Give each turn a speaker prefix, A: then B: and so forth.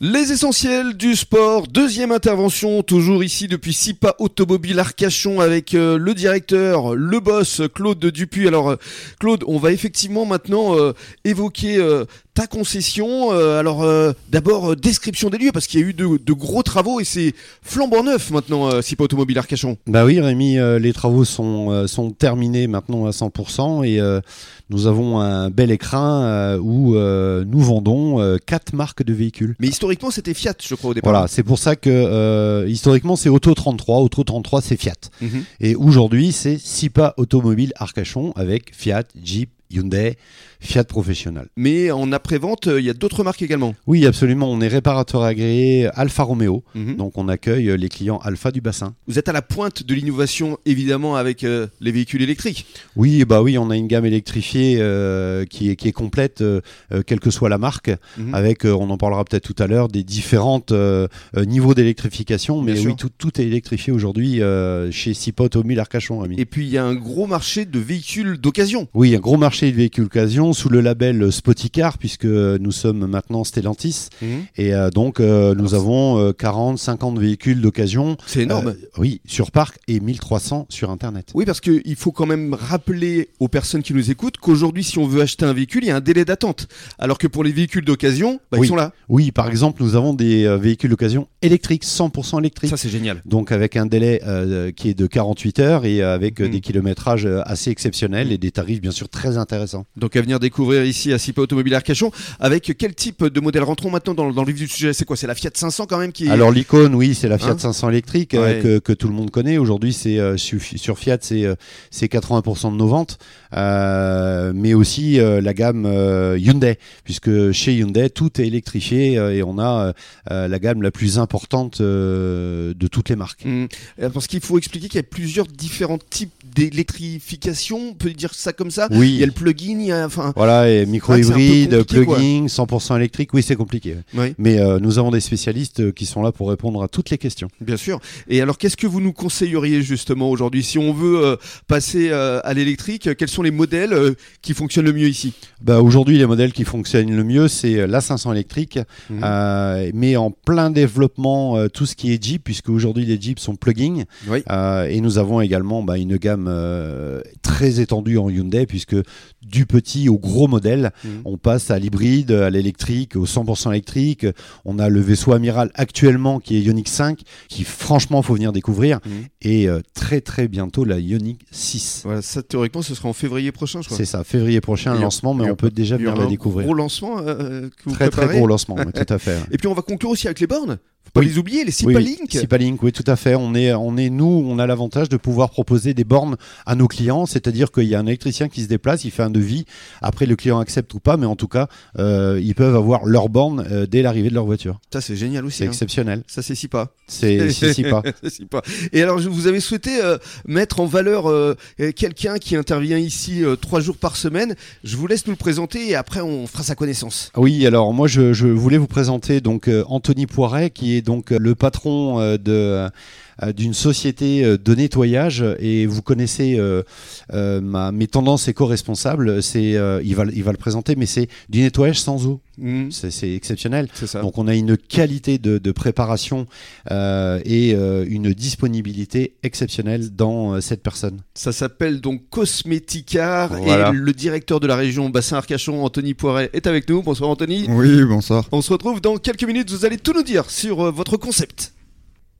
A: Les essentiels du sport, deuxième intervention, toujours ici depuis SIPA Automobile Arcachon avec euh, le directeur, le boss, Claude Dupuis. Alors euh, Claude, on va effectivement maintenant euh, évoquer euh, ta concession. Euh, alors euh, d'abord, euh, description des lieux, parce qu'il y a eu de, de gros travaux et c'est flambant neuf maintenant, euh, SIPA Automobile Arcachon.
B: Bah oui, Rémi, euh, les travaux sont, euh, sont terminés maintenant à 100% et euh, nous avons un bel écrin euh, où euh, nous vendons euh, quatre marques de véhicules.
A: Mais historiquement, c'était Fiat, je crois, au départ.
B: Voilà, c'est pour ça que euh, historiquement c'est Auto 33, Auto 33 c'est Fiat.
A: Mhm.
B: Et aujourd'hui c'est SIPA Automobile Arcachon avec Fiat, Jeep, Hyundai, Fiat Professional.
A: Mais en après-vente, euh, il y a d'autres marques également.
B: Oui absolument, on est réparateur agréé Alfa Romeo,
A: Mhm.
B: donc on accueille euh, les clients Alpha du bassin.
A: Vous êtes à la pointe de l'innovation, évidemment, avec euh, les véhicules électriques.
B: Oui, bah oui, on a une gamme électrifiée euh, qui, est, qui est complète, euh, euh, quelle que soit la marque,
A: Mhm.
B: avec, euh, on en parlera peut-être tout à l'heure, des différents niveaux d'électrification.
A: Bien
B: Mais
A: sûr.
B: oui, tout, tout est électrifié aujourd'hui euh, chez Cipot au Mille Arcachon, Rémi.
A: Et puis il y a un gros marché de véhicules d'occasion.
B: Oui, un gros marché de véhicules occasion sous le label euh, Spoticar, puisque nous sommes maintenant Stellantis. Et euh, donc, euh, nous avons euh, 40, 50 véhicules d'occasion.
A: C'est énorme.
B: euh, oui, sur parc et 1300 sur Internet.
A: Oui, parce qu'il faut quand même rappeler aux personnes qui nous écoutent qu'aujourd'hui, si on veut acheter un véhicule, il y a un délai d'attente. Alors que pour les véhicules d'occasion, bah, ils
B: Oui.
A: sont là.
B: Oui, par exemple, nous avons des euh, véhicules d'occasion électriques, 100% électriques.
A: c'est génial.
B: donc avec un délai euh, qui est de 48 heures et avec euh,
A: Mhm.
B: des kilométrages euh, assez exceptionnels et des tarifs bien sûr très intéressants.
A: Donc à venir découvrir ici à Sipa Automobile Arcachon, avec quel type de modèle rentrons maintenant dans, dans le vif du sujet C'est quoi C'est la Fiat 500 quand même qui est...
B: Alors l'icône, oui, c'est la Fiat
A: Hein
B: 500 électrique euh,
A: Ouais.
B: que, que tout le monde connaît. Aujourd'hui, c'est euh, sur, sur Fiat, c'est euh, c'est 80% de nos ventes, Euh, mais aussi euh, la gamme euh, Hyundai, puisque chez Hyundai tout est électrifié euh, et on a euh, euh, la gamme la plus importante euh, de toutes les marques.
A: Hmm. Euh, Parce qu'il faut expliquer qu'il y a plusieurs différents types d'électrification, on peut dire ça comme ça.
B: Oui.
A: Il y a le plug-in, il y a... Enfin,
B: Voilà, et
A: vrai que c'est un peu
B: micro-hybride,
A: compliqué, quoi.
B: plugin, 100% électrique, oui, c'est compliqué.
A: oui,
B: Mais euh, nous avons des spécialistes euh, qui sont là pour répondre à toutes les questions.
A: bien sûr. Et alors, qu'est-ce que vous nous conseilleriez justement aujourd'hui Si on veut euh, passer euh, à l'électrique, euh, quels sont les modèles euh, qui fonctionnent le mieux ici
B: Bah, Aujourd'hui, les modèles qui fonctionnent le mieux, c'est euh, la 500 électrique,
A: Mhm.
B: euh, mais en plein développement, euh, tout ce qui est Jeep, puisque aujourd'hui les Jeeps sont plug-in.
A: Oui.
B: Euh, et nous avons également bah, une gamme euh, très étendue en Hyundai, puisque du petit au gros modèle,
A: Mhm.
B: on passe à l'hybride, à l'électrique, au 100% électrique. On a le vaisseau amiral actuellement qui est Ioniq 5, qui franchement, faut venir découvrir.
A: Mhm.
B: Et euh, très très bientôt, la Ioniq 6.
A: Voilà, ça théoriquement, ce sera en février prochain, je crois.
B: C'est ça, février prochain,
A: Il y a-
B: un lancement, mais
A: il y a-
B: on peut déjà
A: Il y
B: venir
A: aura
B: la
A: un
B: découvrir.
A: Gros lancement euh, que vous
B: Très très
A: préparez.
B: gros lancement, oui, tout à fait.
A: Et puis on va conclure aussi avec les bornes. Faut pas
B: Oui.
A: les oublier, les
B: Oui,
A: Sipa
B: oui,
A: Link.
B: Cipalink, oui, tout à fait. On est, on est, nous, on a l'avantage de pouvoir proposer des bornes à nos clients, c'est-à-dire qu'il y a un électricien qui se déplace, il fait un devis. Après, le client accepte ou pas, mais en tout cas, euh, ils peuvent avoir leur borne euh, dès l'arrivée de leur voiture.
A: Ça c'est génial aussi.
B: C'est
A: hein.
B: exceptionnel.
A: Ça c'est Sipa.
B: C'est si, si, pas.
A: Ça, c'est pas. Et alors je- vous avez souhaité euh, mettre en valeur euh, euh, quelqu'un qui intervient ici euh, trois jours par semaine. Je vous laisse nous le présenter et après on fera sa connaissance.
B: Oui, alors moi je, je voulais vous présenter donc euh, Anthony Poiret qui est donc euh, le patron euh, de euh, d'une société euh, de nettoyage et vous connaissez euh, euh, ma, mes tendances éco-responsables. C'est euh, il va le- il va le présenter, mais c'est du nettoyage sans eau.
A: Mhm,
B: C'est c'est exceptionnel.
A: c'est ça.
B: Donc on a une qualité de, de préparation euh, et euh, une disponibilité exceptionnelle dans euh, cette personne.
A: Ça s'appelle donc Cosméticar
B: Voilà.
A: et le directeur de la région Bassin Arcachon, Anthony Poiret, est avec nous. Bonsoir Anthony.
C: Oui, bonsoir.
A: On se retrouve dans quelques minutes. Vous allez tout nous dire sur euh, votre concept.